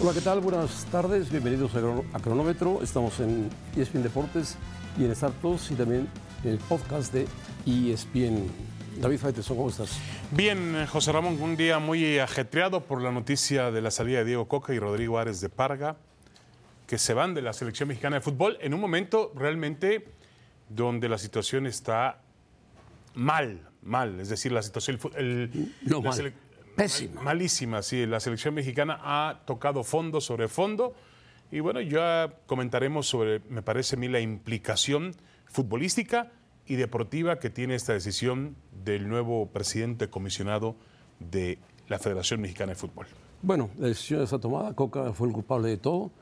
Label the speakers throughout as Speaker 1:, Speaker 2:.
Speaker 1: Hola, ¿qué tal? Buenas tardes, bienvenidos a, Cron- a Cronómetro. Estamos en E ESPN Deportes y en Star Plus y también en el podcast de E ESPN. David Faiteson, ¿cómo estás?
Speaker 2: Bien, José Ramón, un día muy ajetreado por la noticia de la salida de Diego Coca y Rodrigo Ares de Parga, que se van de la selección mexicana de fútbol en un momento realmente donde la situación está mal, mal. Es decir, la situación. el fu- el-
Speaker 1: No
Speaker 2: la
Speaker 1: mal,
Speaker 2: selec-
Speaker 1: pésima.
Speaker 2: malísima, sí. La selección mexicana ha tocado fondo sobre fondo. Y bueno, ya comentaremos sobre, me parece a mí, la implicación futbolística y deportiva que tiene esta decisión del nuevo presidente comisionado de la Federación Mexicana de Fútbol.
Speaker 1: Bueno, la decisión está tomada, Coca fue el culpable de todo.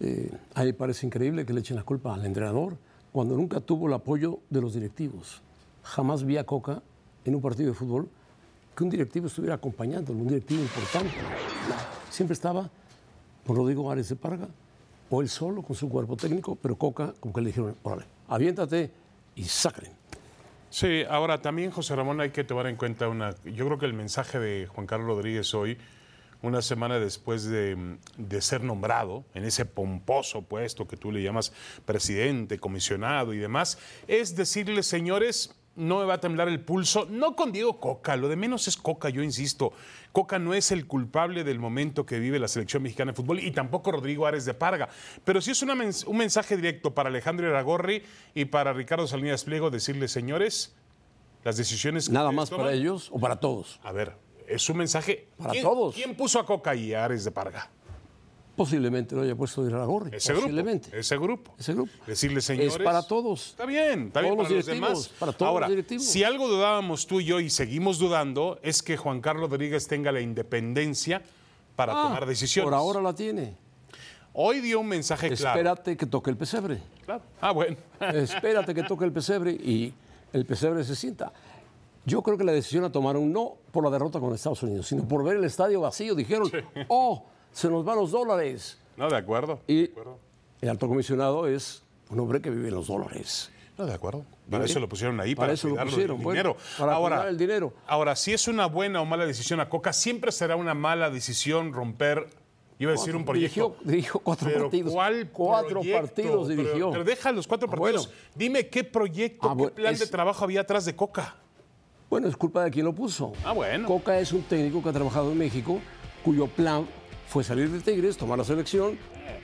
Speaker 1: Eh, a mí me parece increíble que le echen la culpa al entrenador cuando nunca tuvo el apoyo de los directivos. Jamás vi a Coca en un partido de fútbol que un directivo estuviera acompañándolo, un directivo importante. Siempre estaba con Rodrigo Ares de Parga o él solo con su cuerpo técnico, pero Coca como que le dijeron, órale, aviéntate y sacren.
Speaker 2: Sí, ahora también, José Ramón, hay que tomar en cuenta una. Yo creo que el mensaje de Juan Carlos Rodríguez hoy, una semana después de, de ser nombrado en ese pomposo puesto que tú le llamas presidente, comisionado y demás, es decirle, señores. No me va a temblar el pulso, no con Diego Coca, lo de menos es Coca, yo insisto. Coca no es el culpable del momento que vive la selección mexicana de fútbol y tampoco Rodrigo Ares de Parga. Pero sí es una mens- un mensaje directo para Alejandro Iragorri y para Ricardo Salinas Pliego decirle, señores, las decisiones que
Speaker 1: Nada
Speaker 2: ustedes
Speaker 1: más para
Speaker 2: toman-
Speaker 1: ellos o para todos.
Speaker 2: A ver, es un mensaje
Speaker 1: Para
Speaker 2: ¿Quién-
Speaker 1: todos.
Speaker 2: ¿Quién puso a Coca y a Ares de Parga?
Speaker 1: Posiblemente lo haya puesto de la gorra.
Speaker 2: Ese
Speaker 1: posiblemente.
Speaker 2: grupo. Ese grupo.
Speaker 1: Ese grupo.
Speaker 2: Decirle, señores.
Speaker 1: Es para todos.
Speaker 2: Está bien, está
Speaker 1: Todos
Speaker 2: bien para
Speaker 1: los
Speaker 2: los
Speaker 1: directivos,
Speaker 2: demás.
Speaker 1: para todos
Speaker 2: Ahora,
Speaker 1: los directivos.
Speaker 2: si algo dudábamos tú y yo y seguimos dudando, es que Juan Carlos Rodríguez tenga la independencia para
Speaker 1: Ah,
Speaker 2: tomar decisiones.
Speaker 1: Por ahora la tiene.
Speaker 2: Hoy dio un mensaje claro.
Speaker 1: Espérate que toque el pesebre.
Speaker 2: Claro. Ah, bueno.
Speaker 1: Espérate que toque el pesebre y el pesebre se sienta. Yo creo que la decisión la tomaron no por la derrota con Estados Unidos, sino por ver el estadio vacío. Dijeron, oh, se nos van los dólares.
Speaker 2: No, de acuerdo.
Speaker 1: Y
Speaker 2: acuerdo.
Speaker 1: el alto comisionado es un hombre que vive en los dólares.
Speaker 2: No, de acuerdo. Para eso lo pusieron ahí,
Speaker 1: Para
Speaker 2: para,
Speaker 1: eso lo
Speaker 2: cuidarlo del
Speaker 1: pusieron, bueno,
Speaker 2: dinero.
Speaker 1: para cuidar el dinero.
Speaker 2: Ahora, si es una buena o mala decisión a Coca, siempre será una mala decisión romper, iba a decir un proyecto.
Speaker 1: Dirigió, dirigió cuatro
Speaker 2: Pero
Speaker 1: partidos.
Speaker 2: ¿cuál
Speaker 1: cuatro
Speaker 2: proyecto?
Speaker 1: partidos
Speaker 2: Pero-
Speaker 1: dirigió.
Speaker 2: Pero, deja los cuatro
Speaker 1: Ah,
Speaker 2: partidos.
Speaker 1: bueno.
Speaker 2: Dime qué proyecto,
Speaker 1: Ah,
Speaker 2: qué
Speaker 1: bueno,
Speaker 2: plan de
Speaker 1: es-
Speaker 2: trabajo había atrás de Coca.
Speaker 1: Bueno, es culpa de quien lo puso.
Speaker 2: Ah, bueno.
Speaker 1: Coca es un técnico que ha trabajado en México, cuyo plan fue salir de Tigres, tomar la selección,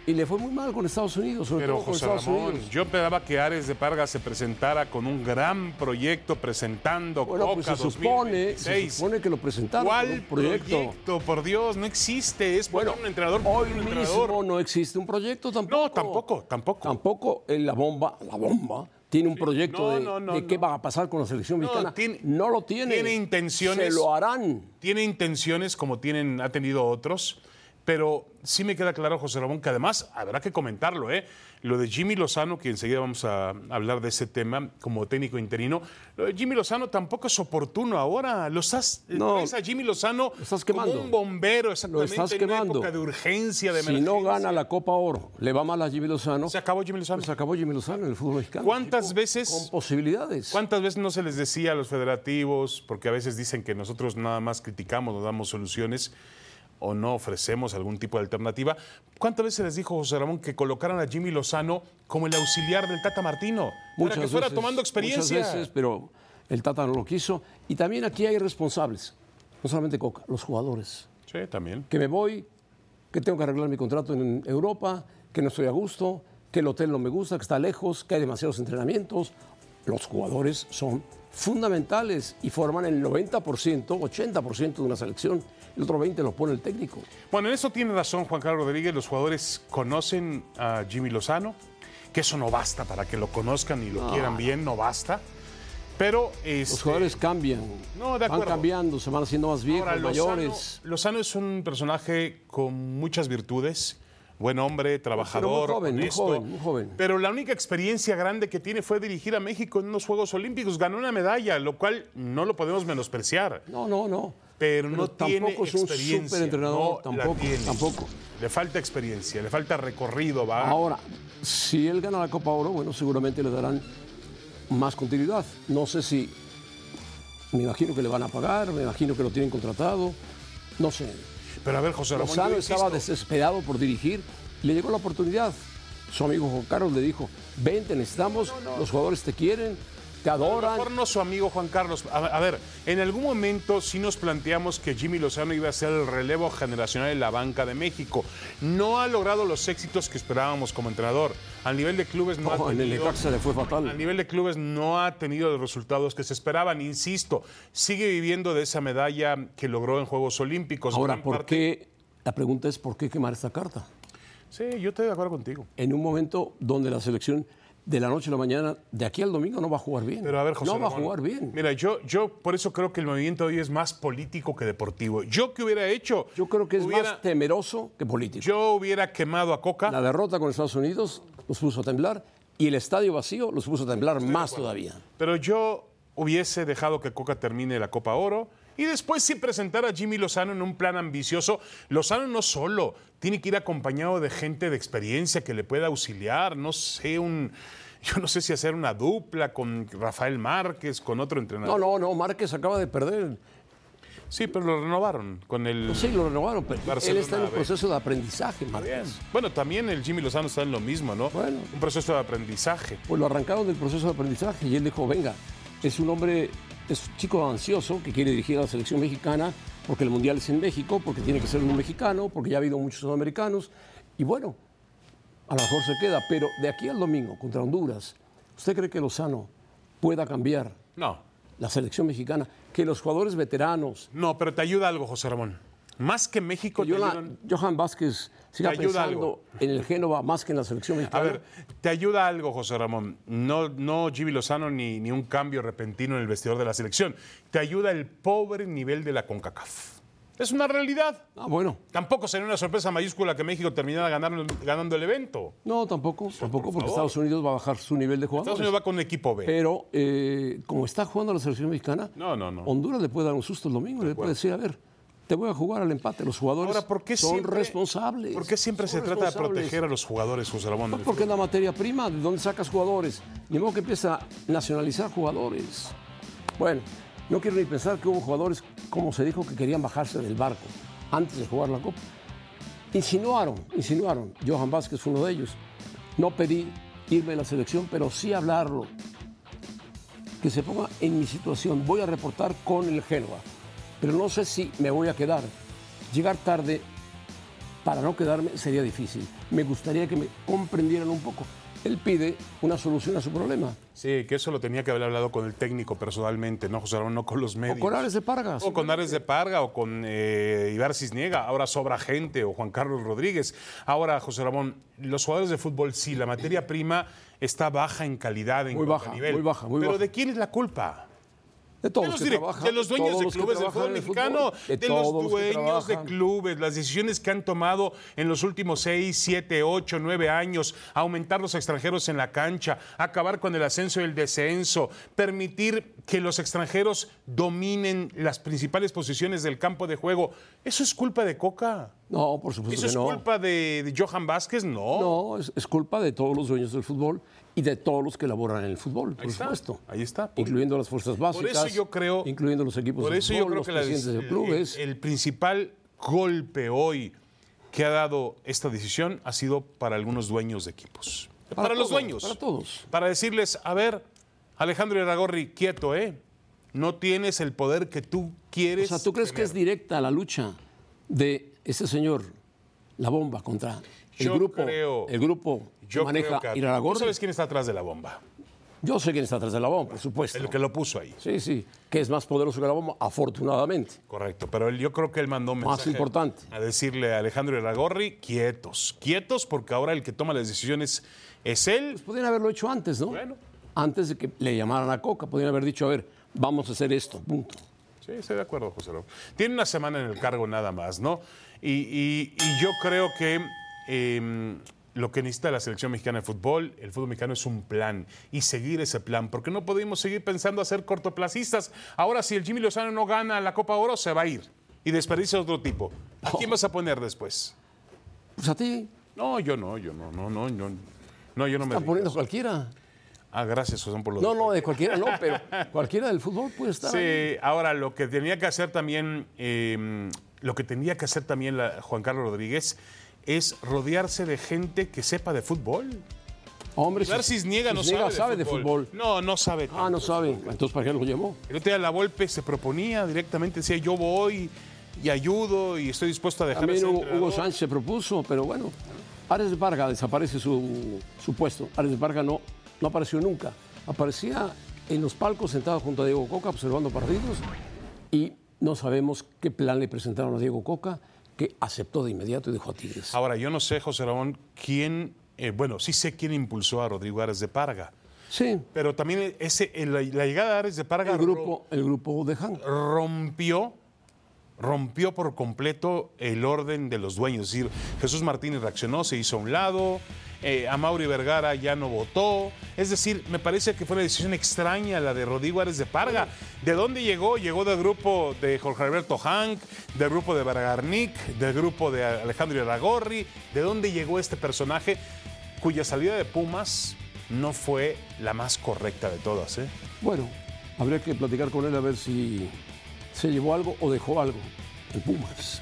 Speaker 1: y le fue muy mal con Estados Unidos, sobre
Speaker 2: Pero
Speaker 1: todo con
Speaker 2: José
Speaker 1: Estados
Speaker 2: Ramón,
Speaker 1: Unidos.
Speaker 2: yo esperaba que Ares de Parga se presentara con un gran proyecto presentando
Speaker 1: Bueno,
Speaker 2: Coca
Speaker 1: pues se supone, se
Speaker 2: 2026.
Speaker 1: supone que lo presentaron
Speaker 2: ¿Cuál
Speaker 1: un
Speaker 2: proyecto?
Speaker 1: proyecto.
Speaker 2: Por Dios, no existe. Es
Speaker 1: Bueno,
Speaker 2: poner un entrenador por
Speaker 1: hoy
Speaker 2: un
Speaker 1: mismo
Speaker 2: entrenador.
Speaker 1: no existe un proyecto tampoco.
Speaker 2: No, tampoco, tampoco.
Speaker 1: Tampoco eh, la bomba, la bomba tiene un proyecto
Speaker 2: no,
Speaker 1: de,
Speaker 2: no, no,
Speaker 1: de qué
Speaker 2: no.
Speaker 1: va a pasar con la selección
Speaker 2: No,
Speaker 1: mexicana.
Speaker 2: tiene-
Speaker 1: no lo tiene.
Speaker 2: tiene intenciones.
Speaker 1: Se lo harán.
Speaker 2: Tiene intenciones como tienen, ha tenido otros, pero sí me queda claro, José Ramón, que además habrá que comentarlo, ¿eh? Lo de Jimmy Lozano, que enseguida vamos a hablar de ese tema como técnico interino, lo de Jimmy Lozano tampoco es oportuno ahora. Lo estás, eh,
Speaker 1: No.
Speaker 2: traes a Jimmy Lozano
Speaker 1: estás
Speaker 2: como
Speaker 1: quemando.
Speaker 2: un bombero, exactamente,
Speaker 1: estás
Speaker 2: en una
Speaker 1: quemando.
Speaker 2: época de urgencia, de
Speaker 1: Si no
Speaker 2: emergencia.
Speaker 1: gana la Copa Oro, le va mal a Jimmy Lozano.
Speaker 2: Se acabó Jimmy Lozano.
Speaker 1: Se acabó Jimmy Lozano en el fútbol mexicano.
Speaker 2: ¿Cuántas
Speaker 1: Tipo,
Speaker 2: veces-
Speaker 1: Con posibilidades.
Speaker 2: ¿Cuántas veces no se les decía a los federativos, porque a veces dicen que nosotros nada más criticamos, no damos soluciones o no ofrecemos algún tipo de alternativa? ¿Cuántas veces les dijo José Ramón que colocaran a Jimmy Lozano como el auxiliar del Tata Martino? para que fuera
Speaker 1: veces,
Speaker 2: tomando experiencia.
Speaker 1: Muchas veces, pero el Tata no lo quiso. Y también aquí hay responsables. No solamente Coca, los jugadores.
Speaker 2: Sí, también.
Speaker 1: Que me voy, que tengo que arreglar mi contrato en Europa, que no estoy a gusto, que el hotel no me gusta, que está lejos, que hay demasiados entrenamientos. Los jugadores son fundamentales y forman el 90%, 80% de una selección. El otro 20% lo pone el técnico.
Speaker 2: Bueno, en eso tiene razón Juan Carlos Rodríguez. Los jugadores conocen a Jimmy Lozano, que eso no basta para que lo conozcan y lo quieran bien, no basta. Pero
Speaker 1: Los
Speaker 2: este,
Speaker 1: jugadores cambian.
Speaker 2: No, de
Speaker 1: Van
Speaker 2: acuerdo.
Speaker 1: cambiando, se van haciendo más viejos,
Speaker 2: Ahora,
Speaker 1: mayores.
Speaker 2: Lozano es un personaje con muchas virtudes, buen hombre, trabajador,
Speaker 1: joven, muy
Speaker 2: honesto.
Speaker 1: joven, muy joven.
Speaker 2: Pero la única experiencia grande que tiene fue dirigir a México en unos Juegos Olímpicos. Ganó una medalla, lo cual no lo podemos menospreciar.
Speaker 1: No, no, no.
Speaker 2: Pero, no tiene
Speaker 1: tampoco es un
Speaker 2: experiencia.
Speaker 1: superentrenador,
Speaker 2: no la
Speaker 1: tampoco,
Speaker 2: tiene.
Speaker 1: tampoco.
Speaker 2: Le falta experiencia, le falta recorrido, va.
Speaker 1: Ahora, si él gana la Copa Oro, bueno, seguramente le darán más continuidad. No sé si, me imagino que le van a pagar, me imagino que lo tienen contratado, no sé.
Speaker 2: Pero a ver, José Ramón.
Speaker 1: Lozano
Speaker 2: yo
Speaker 1: estaba
Speaker 2: insisto,
Speaker 1: desesperado por dirigir, le llegó la oportunidad. Su amigo Juan Carlos le dijo, vente, necesitamos, los jugadores te quieren, te
Speaker 2: A
Speaker 1: adoran.
Speaker 2: lo mejor no su amigo Juan Carlos. A, a ver, en algún momento sí nos planteamos que Jimmy Lozano iba a ser el relevo generacional en la banca de México. No ha logrado los éxitos que esperábamos como entrenador. Al nivel de clubes no,
Speaker 1: No,
Speaker 2: ha
Speaker 1: en el
Speaker 2: tenido...
Speaker 1: Necaxa le fue
Speaker 2: A
Speaker 1: fatal.
Speaker 2: nivel de clubes no ha tenido los resultados que se esperaban, insisto. Sigue viviendo de esa medalla que logró en Juegos Olímpicos.
Speaker 1: Ahora,
Speaker 2: Gran
Speaker 1: ¿por
Speaker 2: parte-
Speaker 1: qué? La pregunta es, ¿por qué quemar esta carta?
Speaker 2: Sí, yo estoy de acuerdo contigo.
Speaker 1: En un momento donde la selección de la noche a la mañana, de aquí al domingo, no va a jugar bien.
Speaker 2: Pero a ver, José
Speaker 1: no va a
Speaker 2: Ramón,
Speaker 1: jugar bien.
Speaker 2: Mira, yo, yo por eso creo que el movimiento hoy es más político que deportivo. Yo que hubiera hecho.
Speaker 1: Yo creo que es
Speaker 2: Hubiera-
Speaker 1: más temeroso que político.
Speaker 2: Yo hubiera quemado a Coca.
Speaker 1: La derrota con Estados Unidos los puso a temblar y el estadio vacío los puso a temblar más todavía.
Speaker 2: Pero yo hubiese dejado que Coca termine la Copa Oro y después sí presentar a Jimmy Lozano en un plan ambicioso. Lozano no solo, tiene que ir acompañado de gente de experiencia que le pueda auxiliar, no sé, un... Yo no sé si hacer una dupla con Rafael Márquez, con otro
Speaker 1: No,
Speaker 2: entrenador.
Speaker 1: no, no, Márquez acaba de perder.
Speaker 2: Sí, pero lo renovaron con el...
Speaker 1: Pues Sí, lo renovaron, pero él
Speaker 2: Barcelona
Speaker 1: está en un
Speaker 2: B.
Speaker 1: proceso de aprendizaje, Márquez.
Speaker 2: Bueno, también el Jimmy Lozano está en lo mismo, ¿no?
Speaker 1: Bueno.
Speaker 2: Un proceso de aprendizaje.
Speaker 1: Pues lo arrancaron del proceso de aprendizaje y él dijo, venga, es un hombre, es un chico ansioso que quiere dirigir a la selección mexicana porque el Mundial es en México, porque tiene que ser un mexicano, porque ya ha habido muchos sudamericanos. Y bueno, a lo mejor se queda, pero de aquí al domingo contra Honduras, ¿usted cree que Lozano pueda cambiar
Speaker 2: No,
Speaker 1: la selección mexicana? Que los jugadores veteranos,
Speaker 2: No, pero te ayuda algo, José Ramón. Más que México,
Speaker 1: que
Speaker 2: te
Speaker 1: Johan-
Speaker 2: ayudan-
Speaker 1: Johan Vázquez siga
Speaker 2: Te ayuda
Speaker 1: pensando
Speaker 2: algo.
Speaker 1: en el Génova más que en la selección
Speaker 2: A
Speaker 1: mexicana.
Speaker 2: ver, te ayuda algo, José Ramón. No, no Jimmy Lozano ni, ni un cambio repentino en el vestidor de la selección. Te ayuda el pobre nivel de la CONCACAF. Es una realidad.
Speaker 1: Ah, bueno.
Speaker 2: Tampoco sería una sorpresa mayúscula que México terminara ganando, ganando el evento.
Speaker 1: No, tampoco, tampoco, porque Estados Unidos va a bajar su nivel de
Speaker 2: Estados
Speaker 1: jugadores.
Speaker 2: Unidos va con un equipo B.
Speaker 1: Pero eh, como está jugando la selección mexicana,
Speaker 2: No, no, no.
Speaker 1: Honduras le puede dar un susto el domingo, le puede decir, a ver, te voy a jugar al empate. Los jugadores
Speaker 2: Ahora, ¿por qué
Speaker 1: son
Speaker 2: siempre,
Speaker 1: responsables.
Speaker 2: ¿Por qué siempre
Speaker 1: son
Speaker 2: se trata de
Speaker 1: responsables.
Speaker 2: proteger a los jugadores, José Ramón?
Speaker 1: Pues porque es la materia prima, de dónde sacas jugadores. Ni modo que empieza a nacionalizar jugadores. Bueno, no quiero ni pensar que hubo jugadores, como se dijo, que querían bajarse del barco antes de jugar la Copa. Insinuaron, insinuaron. Johan Vázquez fue uno de ellos. No pedí irme de la selección, pero sí hablarlo. Que se ponga en mi situación. Voy a reportar con el Génova, pero no sé si me voy a quedar. Llegar tarde para no quedarme sería difícil. Me gustaría que me comprendieran un poco. Él pide una solución a su problema.
Speaker 2: Sí, que eso lo tenía que haber hablado con el técnico personalmente, no, José Ramón, no con los medios.
Speaker 1: O con Ares de Pargas.
Speaker 2: O con Ares de Parga o con eh, Ibar Cisniega, ahora sobra gente, o Juan Carlos Rodríguez. Ahora, José Ramón, los jugadores de fútbol sí, la materia prima está baja en calidad, en
Speaker 1: Muy
Speaker 2: cuanto a
Speaker 1: baja,
Speaker 2: nivel.
Speaker 1: muy baja, muy
Speaker 2: Pero
Speaker 1: baja.
Speaker 2: ¿de quién es la culpa?
Speaker 1: De
Speaker 2: De
Speaker 1: todos
Speaker 2: los,
Speaker 1: los que
Speaker 2: direct-
Speaker 1: trabajan,
Speaker 2: de los dueños
Speaker 1: todos
Speaker 2: de
Speaker 1: los que
Speaker 2: clubes del
Speaker 1: trabajan
Speaker 2: fútbol
Speaker 1: en el
Speaker 2: mexicano,
Speaker 1: fútbol,
Speaker 2: de, los
Speaker 1: todos que
Speaker 2: dueños de
Speaker 1: trabajan.
Speaker 2: clubes, las decisiones que han tomado en los últimos 6, 7, 8, 9 años, aumentar los extranjeros en la cancha, acabar con el ascenso y el descenso, permitir que los extranjeros dominen las principales posiciones del campo de juego. ¿Eso es culpa de Coca?
Speaker 1: No, por supuesto que
Speaker 2: ¿Eso
Speaker 1: Pues
Speaker 2: es
Speaker 1: no.
Speaker 2: culpa de, de Johan Vázquez? No.
Speaker 1: No, es, es culpa de todos los dueños del fútbol y de todos los que laboran en el fútbol, por
Speaker 2: está,
Speaker 1: supuesto.
Speaker 2: ahí está.
Speaker 1: Incluyendo las fuerzas básicas.
Speaker 2: yo creo-
Speaker 1: Incluyendo los equipos
Speaker 2: Por
Speaker 1: de
Speaker 2: eso
Speaker 1: fútbol,
Speaker 2: yo creo
Speaker 1: pues, los
Speaker 2: que la eh,
Speaker 1: presidentes
Speaker 2: des-
Speaker 1: de clubes.
Speaker 2: El, el principal golpe hoy que ha dado esta decisión ha sido para algunos dueños de equipos. Para, los
Speaker 1: todos,
Speaker 2: dueños.
Speaker 1: Para todos.
Speaker 2: Para decirles, a ver, Alejandro Iragorri, quieto, ¿eh? No tienes el poder que tú
Speaker 1: O
Speaker 2: quieres.
Speaker 1: sea, ¿tú crees que es directa la lucha de ese señor, la bomba, contra el
Speaker 2: Yo
Speaker 1: grupo,
Speaker 2: creo-
Speaker 1: el grupo que
Speaker 2: Yo
Speaker 1: maneja
Speaker 2: creo que- ¿Tú
Speaker 1: Iraragorri?
Speaker 2: sabes quién está atrás de la bomba?
Speaker 1: Yo sé quién está atrás de la bomba, por supuesto.
Speaker 2: El que lo puso ahí.
Speaker 1: Sí, sí, que es más poderoso que la bomba, afortunadamente.
Speaker 2: Correcto, pero él- yo creo que él mandó un mensaje
Speaker 1: importante.
Speaker 2: a decirle a Alejandro Iragorri, quietos, quietos, porque ahora el que toma las decisiones es él.
Speaker 1: Podrían haberlo hecho antes, ¿no?
Speaker 2: Bueno.
Speaker 1: Antes de que le llamaran a Coca, podrían haber dicho, a ver, vamos a hacer esto, punto.
Speaker 2: Sí, estoy de acuerdo, José Ramón. Tiene una semana en el cargo nada más, ¿no? Y, y- y yo creo que eh, lo que necesita la selección mexicana de fútbol, el fútbol mexicano es un plan y seguir ese plan, porque no podemos seguir pensando a ser cortoplacistas. Ahora, si el Jimmy Lozano no gana la Copa Oro, se va a ir y desperdicia otro tipo. ¿A quién vas a poner después?
Speaker 1: Pues a ti,
Speaker 2: No, yo no, yo no, no, no, yo no. No, yo no
Speaker 1: están
Speaker 2: me. dedico a
Speaker 1: poniendo
Speaker 2: eso.
Speaker 1: cualquiera.
Speaker 2: Ah, gracias, José, Ramón, por lo
Speaker 1: No, no, de cualquiera no, pero cualquiera del fútbol puede estar. ahí.
Speaker 2: Sí, ahora lo que tenía que hacer también eh, lo que tendría que hacer también la- Juan Carlos Rodríguez es rodearse de gente que sepa de fútbol.
Speaker 1: Hombre,
Speaker 2: Ibar
Speaker 1: si-
Speaker 2: Cisniega no
Speaker 1: Cisniega
Speaker 2: sabe, de, fútbol. No, no sabe.
Speaker 1: Ah, no
Speaker 2: tanto.
Speaker 1: sabe. Entonces, ¿para qué lo llamó?
Speaker 2: El otro día la Volpe se proponía directamente, decía yo voy y ayudo y estoy dispuesto a dejar de
Speaker 1: También
Speaker 2: ser
Speaker 1: Hugo,
Speaker 2: entrenador".
Speaker 1: Hugo Sánchez se propuso, pero bueno, Ares Vargas desaparece su, su puesto. Ares Vargas no, no apareció nunca. Aparecía en los palcos sentado junto a Diego Coca observando partidos y no sabemos qué plan le presentaron a Diego Coca, que aceptó de inmediato y dejó a Tigres.
Speaker 2: Ahora, yo no sé, José Ramón, quién, eh, bueno, sí sé quién impulsó a Rodrigo Ares de Parga,
Speaker 1: Sí,
Speaker 2: pero también ese, en la, la llegada de Ares de Parga
Speaker 1: el grupo, el grupo de Han.
Speaker 2: ro- rompió, rompió por completo el orden de los dueños. Es decir, Jesús Martínez reaccionó, se hizo a un lado, eh, a Mauri Vergara ya no votó. Es decir, me parece que fue una decisión extraña la de Rodrigo Ares de Parga. ¿De dónde llegó? Llegó del grupo de Jorge Alberto Hank, del grupo de Vergarnik, del grupo de Alejandro Iragorri. ¿De dónde llegó este personaje cuya salida de Pumas no fue la más correcta de todas? ¿eh?
Speaker 1: Bueno, habría que platicar con él a ver si se llevó algo o dejó algo en Pumas.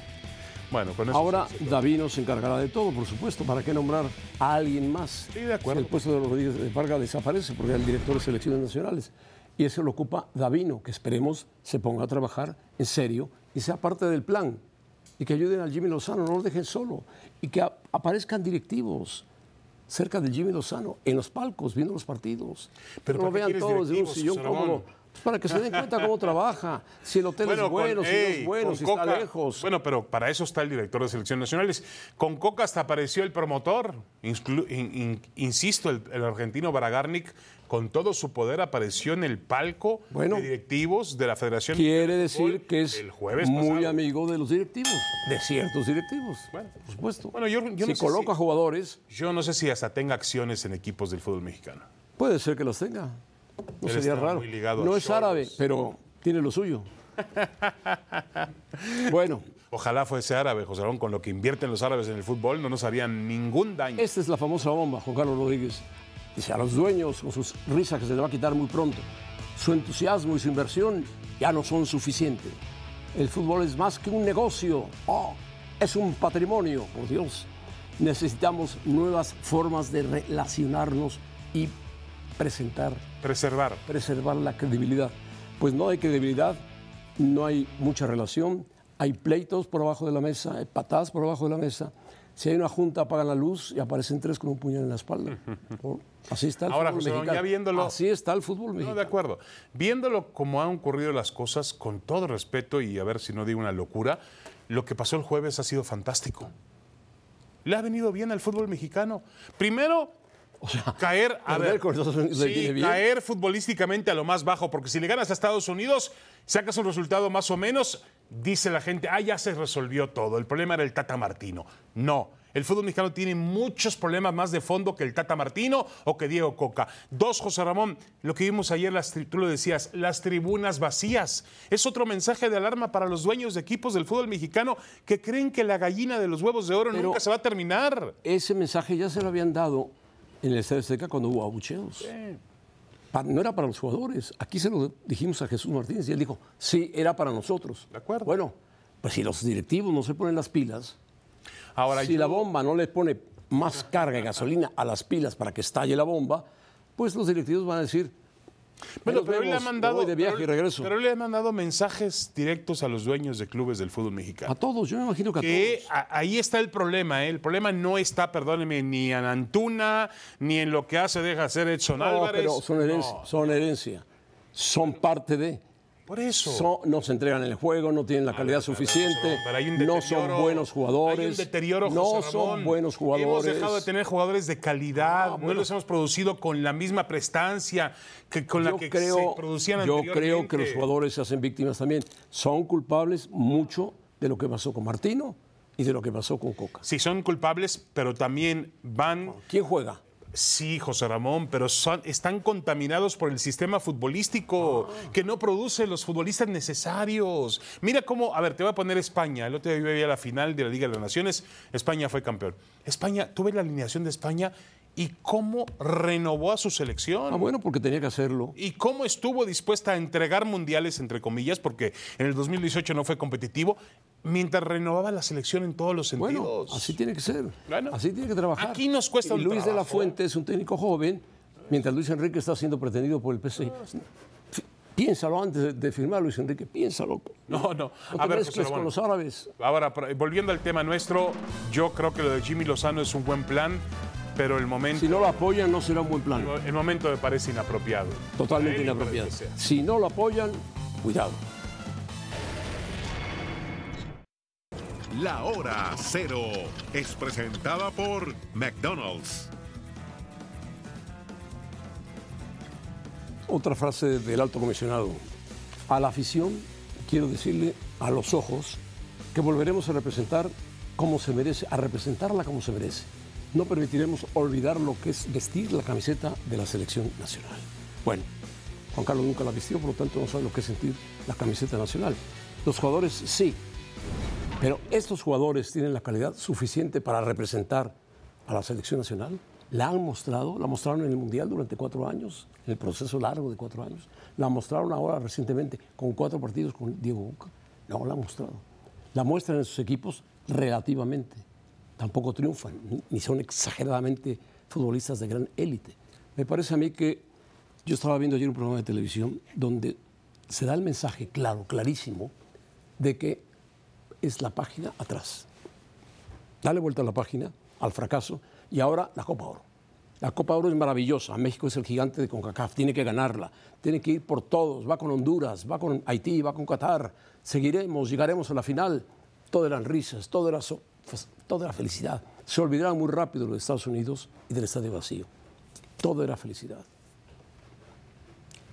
Speaker 2: Bueno, con eso
Speaker 1: Ahora Davino se encargará de todo, por supuesto. ¿Para qué nombrar a alguien más?
Speaker 2: Sí, de acuerdo.
Speaker 1: Si el puesto de Rodríguez de Parga desaparece porque es el director de selecciones nacionales. Y eso lo ocupa Davino, que esperemos se ponga a trabajar en serio y sea parte del plan. Y que ayuden al Jimmy Lozano, no lo dejen solo. Y que a- aparezcan directivos cerca del Jimmy Lozano, en los palcos, viendo los partidos.
Speaker 2: Pero
Speaker 1: no lo
Speaker 2: ¿para
Speaker 1: vean
Speaker 2: qué quieres
Speaker 1: todos de un
Speaker 2: directivos,
Speaker 1: sillón
Speaker 2: José Ramón?
Speaker 1: cómodo. Pues para que se den cuenta cómo trabaja, si el hotel es
Speaker 2: con-
Speaker 1: bueno, si no
Speaker 2: ey,
Speaker 1: es bueno,
Speaker 2: con
Speaker 1: si
Speaker 2: Coca-
Speaker 1: está lejos.
Speaker 2: Bueno, pero para eso está el director de selecciones nacionales. Con Coca hasta apareció el promotor. Inclu- in- in- insisto, el, el argentino Baragarnik, con todo su poder, apareció en el palco
Speaker 1: Bueno.
Speaker 2: de directivos de la Federación.
Speaker 1: Quiere
Speaker 2: Mexicana de
Speaker 1: decir
Speaker 2: Fútbol
Speaker 1: que es
Speaker 2: el jueves
Speaker 1: muy
Speaker 2: pasado.
Speaker 1: amigo de los directivos, de ciertos directivos,
Speaker 2: Bueno.
Speaker 1: por supuesto.
Speaker 2: Bueno, yo- yo no sé
Speaker 1: si
Speaker 2: si-
Speaker 1: coloca jugadores,
Speaker 2: Yo no sé si hasta tenga acciones en equipos del fútbol mexicano.
Speaker 1: puede ser que los tenga. No
Speaker 2: Él
Speaker 1: sería
Speaker 2: está
Speaker 1: raro.
Speaker 2: muy ligado a
Speaker 1: No es
Speaker 2: Cholos.
Speaker 1: árabe, pero tiene lo suyo. bueno,
Speaker 2: Ojalá fuese árabe, José Ramón, con lo que invierten los árabes en el fútbol, no nos harían ningún daño.
Speaker 1: esta es la famosa bomba, Juan Carlos Rodríguez. Dice a los dueños, con sus risas que se le va a quitar muy pronto, su entusiasmo y su inversión ya no son suficientes. El fútbol es más que un negocio, oh, es un patrimonio, por Dios. Necesitamos nuevas formas de relacionarnos y presentar,
Speaker 2: Preservar.
Speaker 1: preservar la credibilidad. Pues no hay credibilidad, no hay mucha relación, hay pleitos por abajo de la mesa, hay patadas por abajo de la mesa. Si hay una junta, apagan la luz y aparecen tres con un puñal en la espalda. Por- Así está el
Speaker 2: Ahora,
Speaker 1: fútbol
Speaker 2: José Ramón,
Speaker 1: mexicano.
Speaker 2: ya viéndolo-
Speaker 1: Así está el fútbol
Speaker 2: No,
Speaker 1: mexicano.
Speaker 2: de acuerdo. Viéndolo como han ocurrido las cosas, con todo respeto y a ver si no digo una locura, lo que pasó el jueves ha sido fantástico. Le ha venido bien al fútbol mexicano. Primero, caer, a
Speaker 1: perder
Speaker 2: ver,
Speaker 1: con Estados Unidos le
Speaker 2: sí,
Speaker 1: viene bien.
Speaker 2: caer futbolísticamente a lo más bajo, porque si le ganas a Estados Unidos, sacas un resultado más o menos, dice la gente, ah, ya se resolvió todo, el problema era el Tata Martino. No. El fútbol mexicano tiene muchos problemas más de fondo que el Tata Martino o que Diego Coca. Dos, José Ramón, lo que vimos ayer, las tri- tú lo decías, las tribunas vacías. Es otro mensaje de alarma para los dueños de equipos del fútbol mexicano que creen que la gallina de los huevos de oro
Speaker 1: Pero-
Speaker 2: nunca se va a terminar.
Speaker 1: Ese mensaje ya se lo habían dado en el Estadio Azteca cuando hubo abucheos. Pa- no era para los jugadores. Aquí se lo dijimos a Jesús Martínez y él dijo, sí, era para nosotros.
Speaker 2: De acuerdo.
Speaker 1: Bueno, pues si los directivos no se ponen las pilas,
Speaker 2: Ahora,
Speaker 1: si
Speaker 2: yo-
Speaker 1: la bomba no les pone más carga de gasolina a las pilas para que estalle la bomba, pues los directivos van a decir,
Speaker 2: Bueno,
Speaker 1: "Ahí nos
Speaker 2: pero él le ha
Speaker 1: vemos, me
Speaker 2: mandado.
Speaker 1: voy de viaje
Speaker 2: pero-
Speaker 1: y regreso.
Speaker 2: pero él le ha mandado mensajes directos a los dueños de clubes del fútbol
Speaker 1: a
Speaker 2: mexicano.
Speaker 1: todos, yo me imagino que a
Speaker 2: Que
Speaker 1: todos.
Speaker 2: a- ahí está el problema, ¿eh? El problema no está, perdónenme, ni en Antuna, ni en lo que hace, deja hacer Edson
Speaker 1: No,
Speaker 2: Álvarez.
Speaker 1: pero son herencia,
Speaker 2: No,
Speaker 1: son herencia. Son parte de...
Speaker 2: por eso.
Speaker 1: Son- no se entregan en el juego, no tienen la calidad suficiente,
Speaker 2: Ah, Pero hay un
Speaker 1: no
Speaker 2: deterioro,
Speaker 1: son buenos jugadores,
Speaker 2: Hay un deterioro,
Speaker 1: no
Speaker 2: José Ramón.
Speaker 1: son buenos jugadores.
Speaker 2: Hemos dejado de tener jugadores de calidad, no los hemos producido con la misma prestancia que con la
Speaker 1: yo
Speaker 2: que
Speaker 1: creo,
Speaker 2: se producían
Speaker 1: yo
Speaker 2: anteriormente.
Speaker 1: creo que los jugadores se hacen víctimas también. Son culpables mucho de lo que pasó con Martino y de lo que pasó con Coca.
Speaker 2: Sí, son culpables, pero también van
Speaker 1: ¿Quién juega?
Speaker 2: Sí, José Ramón, pero son- están contaminados por el sistema futbolístico
Speaker 1: Ah.
Speaker 2: que no produce los futbolistas necesarios. Mira cómo, a ver, te voy a poner España. El otro día yo veía la final de la Liga de las Naciones. España fue campeón. España, tuve la alineación de España y cómo renovó a su selección.
Speaker 1: Ah, bueno, porque tenía que hacerlo.
Speaker 2: ¿Y cómo estuvo dispuesta a entregar mundiales, entre comillas, porque en el 2018 no fue competitivo? mientras renovaba la selección en todos los sentidos.
Speaker 1: Bueno, así tiene que ser.
Speaker 2: Bueno,
Speaker 1: así tiene que trabajar.
Speaker 2: aquí nos cuesta
Speaker 1: Y
Speaker 2: un
Speaker 1: Luis de la
Speaker 2: trabajo. ¿eh?
Speaker 1: Fuente es un técnico joven, mientras Luis Enrique está siendo pretenido por el PSG.
Speaker 2: Ah,
Speaker 1: Fi- Piénsalo antes de, de firmar, Luis Enrique, piénsalo.
Speaker 2: No, no.
Speaker 1: No
Speaker 2: A
Speaker 1: te
Speaker 2: ver, José
Speaker 1: mezcles
Speaker 2: Ramón.
Speaker 1: con los árabes.
Speaker 2: Ahora, pro- volviendo al tema nuestro, yo creo que lo de Jimmy Lozano es un buen plan, pero el momento,
Speaker 1: Si no lo apoyan, no será un buen plan.
Speaker 2: el momento me parece inapropiado.
Speaker 1: Totalmente
Speaker 2: Sí,
Speaker 1: inapropiado.
Speaker 2: puede que sea.
Speaker 1: Si no lo apoyan, cuidado.
Speaker 3: La Hora Cero es presentada por McDonald's.
Speaker 1: Otra frase del alto comisionado. A la afición, quiero decirle a los ojos, que volveremos a representar como se merece, a representarla como se merece. No permitiremos olvidar lo que es vestir la camiseta de la selección nacional. Bueno, Juan Carlos nunca la vistió, por lo tanto no sabe lo que es sentir la camiseta nacional. Los jugadores sí, pero estos jugadores tienen la calidad suficiente para representar a la selección nacional. La han mostrado, la mostraron en el Mundial durante cuatro años, en el proceso largo de cuatro años. La mostraron ahora recientemente con cuatro partidos con Diego Boca. No la han mostrado. La muestran en sus equipos relativamente. Tampoco triunfan, ni- ni son exageradamente futbolistas de gran élite. Me parece a mí que yo estaba viendo ayer un programa de televisión donde se da el mensaje claro, clarísimo, de que es la página atrás. Dale vuelta a la página, al fracaso, y ahora la Copa Oro. La Copa Oro es maravillosa, México es el gigante de CONCACAF, tiene que ganarla, tiene que ir por todos, va con Honduras, va con Haití, va con Qatar, seguiremos, llegaremos a la final, todas eran risas, todo era, so- todo era felicidad. Se olvidaron muy rápido los Estados Unidos y del estadio vacío, todo era felicidad.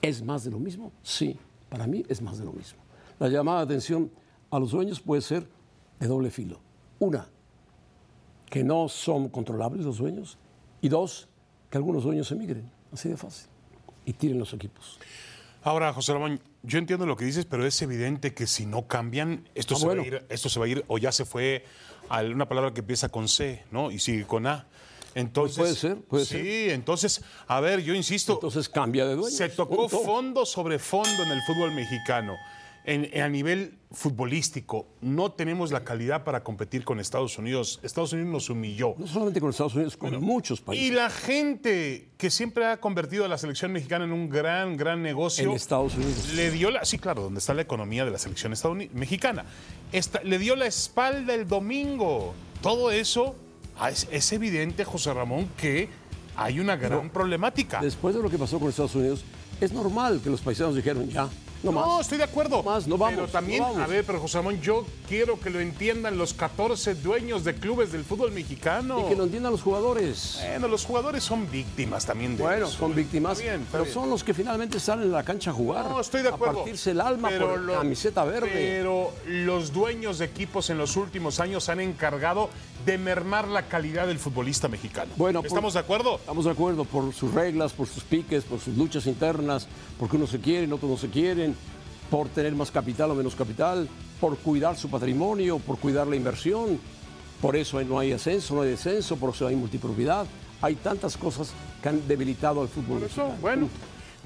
Speaker 1: ¿Es más de lo mismo? Sí, para mí es más de lo mismo. La llamada de atención a los dueños puede ser de doble filo. Una, que no son controlables los dueños. Y dos, que algunos dueños emigren. Así de fácil. Y tiren los equipos.
Speaker 2: Ahora, José Ramón, yo entiendo lo que dices, pero es evidente que si no cambian, esto,
Speaker 1: Ah,
Speaker 2: se, va a
Speaker 1: bueno.
Speaker 2: ir, esto se va a ir o ya se fue a una palabra que empieza con C, ¿no? Y sigue con A. Entonces,
Speaker 1: Pues puede ser, puede
Speaker 2: sí, entonces, a ver, yo insisto,
Speaker 1: Entonces cambia de dueño.
Speaker 2: se tocó
Speaker 1: Punto.
Speaker 2: fondo sobre fondo en el fútbol mexicano. En- en- a nivel futbolístico, no tenemos la calidad para competir con Estados Unidos. Estados Unidos nos humilló.
Speaker 1: No solamente con Estados Unidos, con muchos
Speaker 2: Y
Speaker 1: países.
Speaker 2: la gente que siempre ha convertido a la selección mexicana en un gran, gran negocio.
Speaker 1: En Estados Unidos.
Speaker 2: Le dio la. Sí, claro, donde está la economía de la selección estadouni- mexicana. Esta- le dio la espalda el domingo. Todo eso ah, es, es evidente, José Ramón, que hay una gran problemática.
Speaker 1: Después de lo que pasó con Estados Unidos, es normal que los paisanos dijeron ya, no más.
Speaker 2: No, estoy de acuerdo.
Speaker 1: No más, no vamos,
Speaker 2: Pero también,
Speaker 1: no vamos.
Speaker 2: a ver, pero José Ramón, yo quiero que lo entiendan los 14 dueños de clubes del fútbol mexicano.
Speaker 1: Y que lo entiendan los jugadores.
Speaker 2: Bueno, los jugadores son víctimas también de
Speaker 1: Bueno,
Speaker 2: eso.
Speaker 1: son víctimas,
Speaker 2: Está bien, está
Speaker 1: pero
Speaker 2: bien.
Speaker 1: son los que finalmente salen a la cancha a jugar.
Speaker 2: No, estoy de acuerdo.
Speaker 1: A partirse el alma por
Speaker 2: lo-
Speaker 1: la camiseta verde.
Speaker 2: Pero los dueños de equipos en los últimos años se han encargado de mermar la calidad del futbolista mexicano.
Speaker 1: Bueno, por-
Speaker 2: ¿estamos de acuerdo?
Speaker 1: Estamos de acuerdo por sus reglas, por sus piques, por sus luchas internas, porque unos se quieren, otros no se quieren, por tener más capital o menos capital, por cuidar su patrimonio, por cuidar la inversión. Por eso no hay ascenso, no hay descenso, por eso hay multipropiedad. Hay tantas cosas que han debilitado al fútbol.
Speaker 2: Eso,
Speaker 1: mexicano.
Speaker 2: bueno,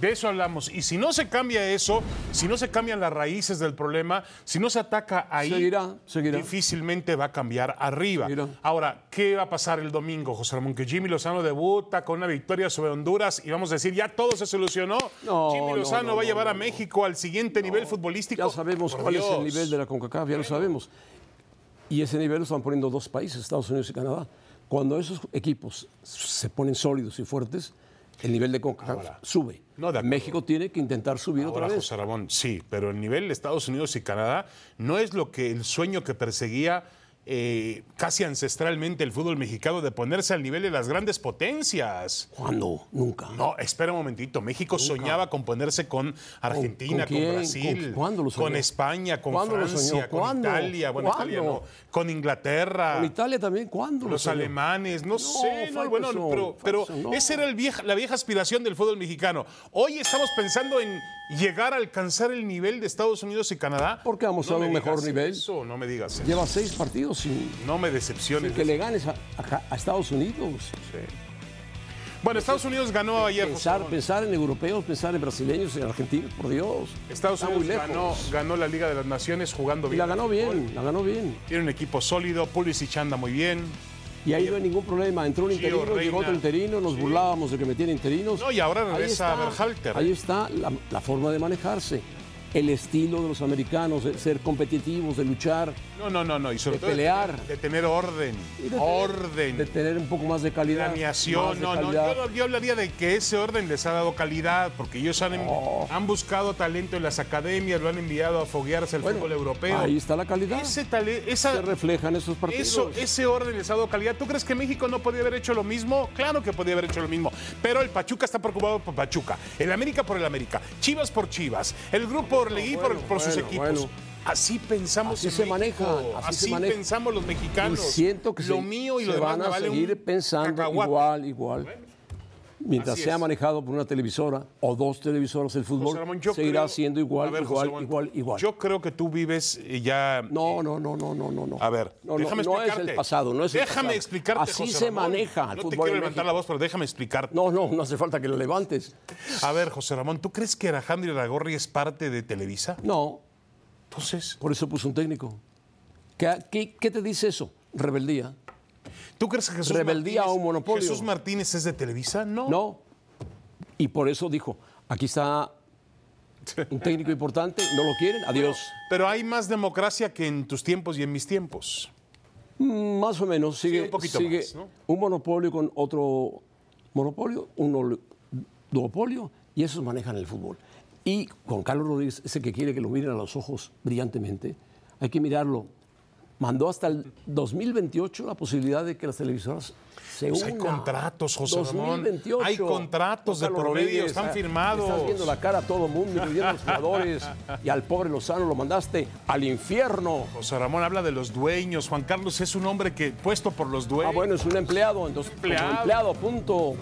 Speaker 2: de eso hablamos. Y si no se cambia eso, si no se cambian las raíces del problema, si no se ataca ahí,
Speaker 1: Seguirá, seguirá.
Speaker 2: difícilmente va a cambiar arriba.
Speaker 1: Seguirá.
Speaker 2: Ahora, ¿qué va a pasar el domingo, José Ramón? Que Jimmy Lozano debuta con una victoria sobre Honduras y vamos a decir, ya todo se solucionó.
Speaker 1: No,
Speaker 2: Jimmy
Speaker 1: no,
Speaker 2: Lozano
Speaker 1: no,
Speaker 2: va a
Speaker 1: no,
Speaker 2: llevar a
Speaker 1: no, no.
Speaker 2: México al siguiente nivel futbolístico.
Speaker 1: Ya sabemos
Speaker 2: Por
Speaker 1: cuál es el
Speaker 2: Dios.
Speaker 1: nivel de la CONCACAF, ya lo sabemos. Y ese nivel lo están poniendo dos países, Estados Unidos y Canadá. Cuando esos equipos se ponen sólidos y fuertes, el nivel de CONCACAF sube.
Speaker 2: no, de acuerdo.
Speaker 1: México tiene que intentar subir
Speaker 2: Ahora,
Speaker 1: otra vez.
Speaker 2: José Ramón, sí, pero el nivel de Estados Unidos y Canadá no es lo que el sueño que perseguía eh, casi ancestralmente el fútbol mexicano de ponerse al nivel de las grandes potencias.
Speaker 1: ¿Cuándo? Nunca.
Speaker 2: No, espera un momentito. México soñaba con ponerse con
Speaker 1: con
Speaker 2: Argentina, con,
Speaker 1: quién?
Speaker 2: Brasil,
Speaker 1: ¿Con- cuándo lo soñó?
Speaker 2: con España, con
Speaker 1: ¿Cuándo lo soñó?
Speaker 2: Francia, con
Speaker 1: ¿Cuándo?
Speaker 2: Italia, bueno,
Speaker 1: ¿Cuándo?
Speaker 2: Italia no, con Inglaterra.
Speaker 1: Con Italia también, ¿cuándo? lo
Speaker 2: Los
Speaker 1: salió?
Speaker 2: alemanes, no, sé, no,
Speaker 1: Faitelson,
Speaker 2: bueno, pero, pero
Speaker 1: Faitelson, no.
Speaker 2: esa era el vieja- la vieja aspiración del fútbol mexicano. Hoy estamos pensando en llegar a alcanzar el nivel de Estados Unidos y Canadá.
Speaker 1: Porque ha mostrado
Speaker 2: me
Speaker 1: un mejor
Speaker 2: digas
Speaker 1: nivel.
Speaker 2: Eso, no me digas eso.
Speaker 1: Lleva seis partidos sin,
Speaker 2: No me
Speaker 1: sin
Speaker 2: decepciones.
Speaker 1: que le ganes a, a- a Estados Unidos.
Speaker 2: Sí. Bueno, Estados Unidos ganó ayer. José
Speaker 1: Pensar,
Speaker 2: Ramón.
Speaker 1: pensar en europeos, pensar en brasileños, en argentinos, por Dios.
Speaker 2: Estados
Speaker 1: Está muy
Speaker 2: Unidos
Speaker 1: lejos.
Speaker 2: ganó, ganó la Liga de las Naciones jugando
Speaker 1: Y
Speaker 2: bien.
Speaker 1: la ganó bien, la ganó bien.
Speaker 2: Tiene un equipo sólido, Pulisic anda muy bien.
Speaker 1: Y ahí no hay ningún problema. Entró un
Speaker 2: Gio
Speaker 1: interino, llegó otro
Speaker 2: Reina.
Speaker 1: interino, nos burlábamos de que metían interinos.
Speaker 2: No, y ahora
Speaker 1: Ahí
Speaker 2: regresa
Speaker 1: está,
Speaker 2: Berhalter.
Speaker 1: Ahí está la, la forma de manejarse, el estilo de los americanos, de ser competitivos, de luchar,
Speaker 2: No, no, no, no. Y sobre
Speaker 1: De
Speaker 2: todo
Speaker 1: pelear.
Speaker 2: De, tener orden.
Speaker 1: Y de tener-
Speaker 2: orden.
Speaker 1: de tener un poco más de calidad. más
Speaker 2: planeación.
Speaker 1: de
Speaker 2: No, no.
Speaker 1: calidad.
Speaker 2: Yo, yo hablaría de que ese orden les ha dado calidad, porque ellos han,
Speaker 1: Oh.
Speaker 2: han buscado talento en las academias, lo han enviado a foguearse al
Speaker 1: Bueno,
Speaker 2: fútbol europeo.
Speaker 1: Ahí está la calidad.
Speaker 2: Ese tale- esa-
Speaker 1: Se refleja en esos partidos.
Speaker 2: eso, ese orden les ha dado calidad. ¿Tú crees que México no podía haber hecho lo mismo? Claro que podía haber hecho lo mismo. Pero el Pachuca está preocupado por Pachuca. El América por el América. Chivas por Chivas. El grupo Orlegui por,
Speaker 1: bueno,
Speaker 2: por sus
Speaker 1: bueno,
Speaker 2: equipos.
Speaker 1: bueno.
Speaker 2: Así pensamos
Speaker 1: Así
Speaker 2: en
Speaker 1: se
Speaker 2: México.
Speaker 1: maneja, así
Speaker 2: Así,
Speaker 1: se maneja.
Speaker 2: pensamos los
Speaker 1: Y
Speaker 2: mexicanos.
Speaker 1: siento que
Speaker 2: lo
Speaker 1: se,
Speaker 2: mío y
Speaker 1: se
Speaker 2: lo demás
Speaker 1: van
Speaker 2: me
Speaker 1: a
Speaker 2: vale
Speaker 1: seguir
Speaker 2: un
Speaker 1: pensando
Speaker 2: cacahuate.
Speaker 1: igual, igual. Mientras
Speaker 2: así
Speaker 1: sea
Speaker 2: es.
Speaker 1: manejado por una televisora o dos televisoras el fútbol,
Speaker 2: José Ramón, yo
Speaker 1: seguirá
Speaker 2: creo-
Speaker 1: siendo igual,
Speaker 2: A ver, José
Speaker 1: igual,
Speaker 2: Ramón,
Speaker 1: igual, igual.
Speaker 2: Yo creo que tú vives eh, ya
Speaker 1: No, no, no, no, no, no, no.
Speaker 2: A ver,
Speaker 1: no, no,
Speaker 2: déjame
Speaker 1: no,
Speaker 2: explicarte.
Speaker 1: es el pasado, no es el
Speaker 2: déjame
Speaker 1: pasado.
Speaker 2: explicarte.
Speaker 1: Así
Speaker 2: José
Speaker 1: se
Speaker 2: Ramón.
Speaker 1: maneja el
Speaker 2: No te
Speaker 1: fútbol
Speaker 2: quiero
Speaker 1: en
Speaker 2: levantar
Speaker 1: México.
Speaker 2: la voz, pero déjame explicarte.
Speaker 1: No, no, no hace falta que lo levantes.
Speaker 2: A ver, José Ramón, ¿tú crees que Alejandro Iragorri es parte de Televisa?
Speaker 1: No,
Speaker 2: Entonces,
Speaker 1: por eso puso un técnico. ¿Qué, qué, qué te dice eso? Rebeldía.
Speaker 2: ¿tú crees que Jesús
Speaker 1: Rebeldía
Speaker 2: Martínez,
Speaker 1: o monopolio.
Speaker 2: Jesús Martínez es de Televisa? No.
Speaker 1: No. Y por eso dijo, aquí está un técnico importante, no lo quieren, adiós.
Speaker 2: Pero hay más democracia que en tus tiempos y en mis tiempos.
Speaker 1: Mm, Más o menos, sigue,
Speaker 2: un poquito
Speaker 1: sigue
Speaker 2: más, ¿no?
Speaker 1: un monopolio con otro monopolio, un ol- duopolio, y esos manejan el fútbol. Y con Carlos Rodríguez, ese que quiere que lo miren a los ojos brillantemente, hay que mirarlo. Mandó hasta el 2028 la posibilidad de que las televisoras se
Speaker 2: Pues hay
Speaker 1: unan.
Speaker 2: contratos, José Ramón.
Speaker 1: 2028.
Speaker 2: Hay contratos de
Speaker 1: Carlos
Speaker 2: por medio,
Speaker 1: Rodríguez,
Speaker 2: están
Speaker 1: ah,
Speaker 2: firmados.
Speaker 1: Estás viendo la cara a todo mundo, incluyendo a los jugadores. Y al pobre Lozano lo mandaste al infierno.
Speaker 2: José Ramón habla de los dueños. Juan Carlos es un hombre que puesto por los dueños.
Speaker 1: Ah, bueno, es un empleado, entonces como
Speaker 2: Empleado.
Speaker 1: empleado, punto.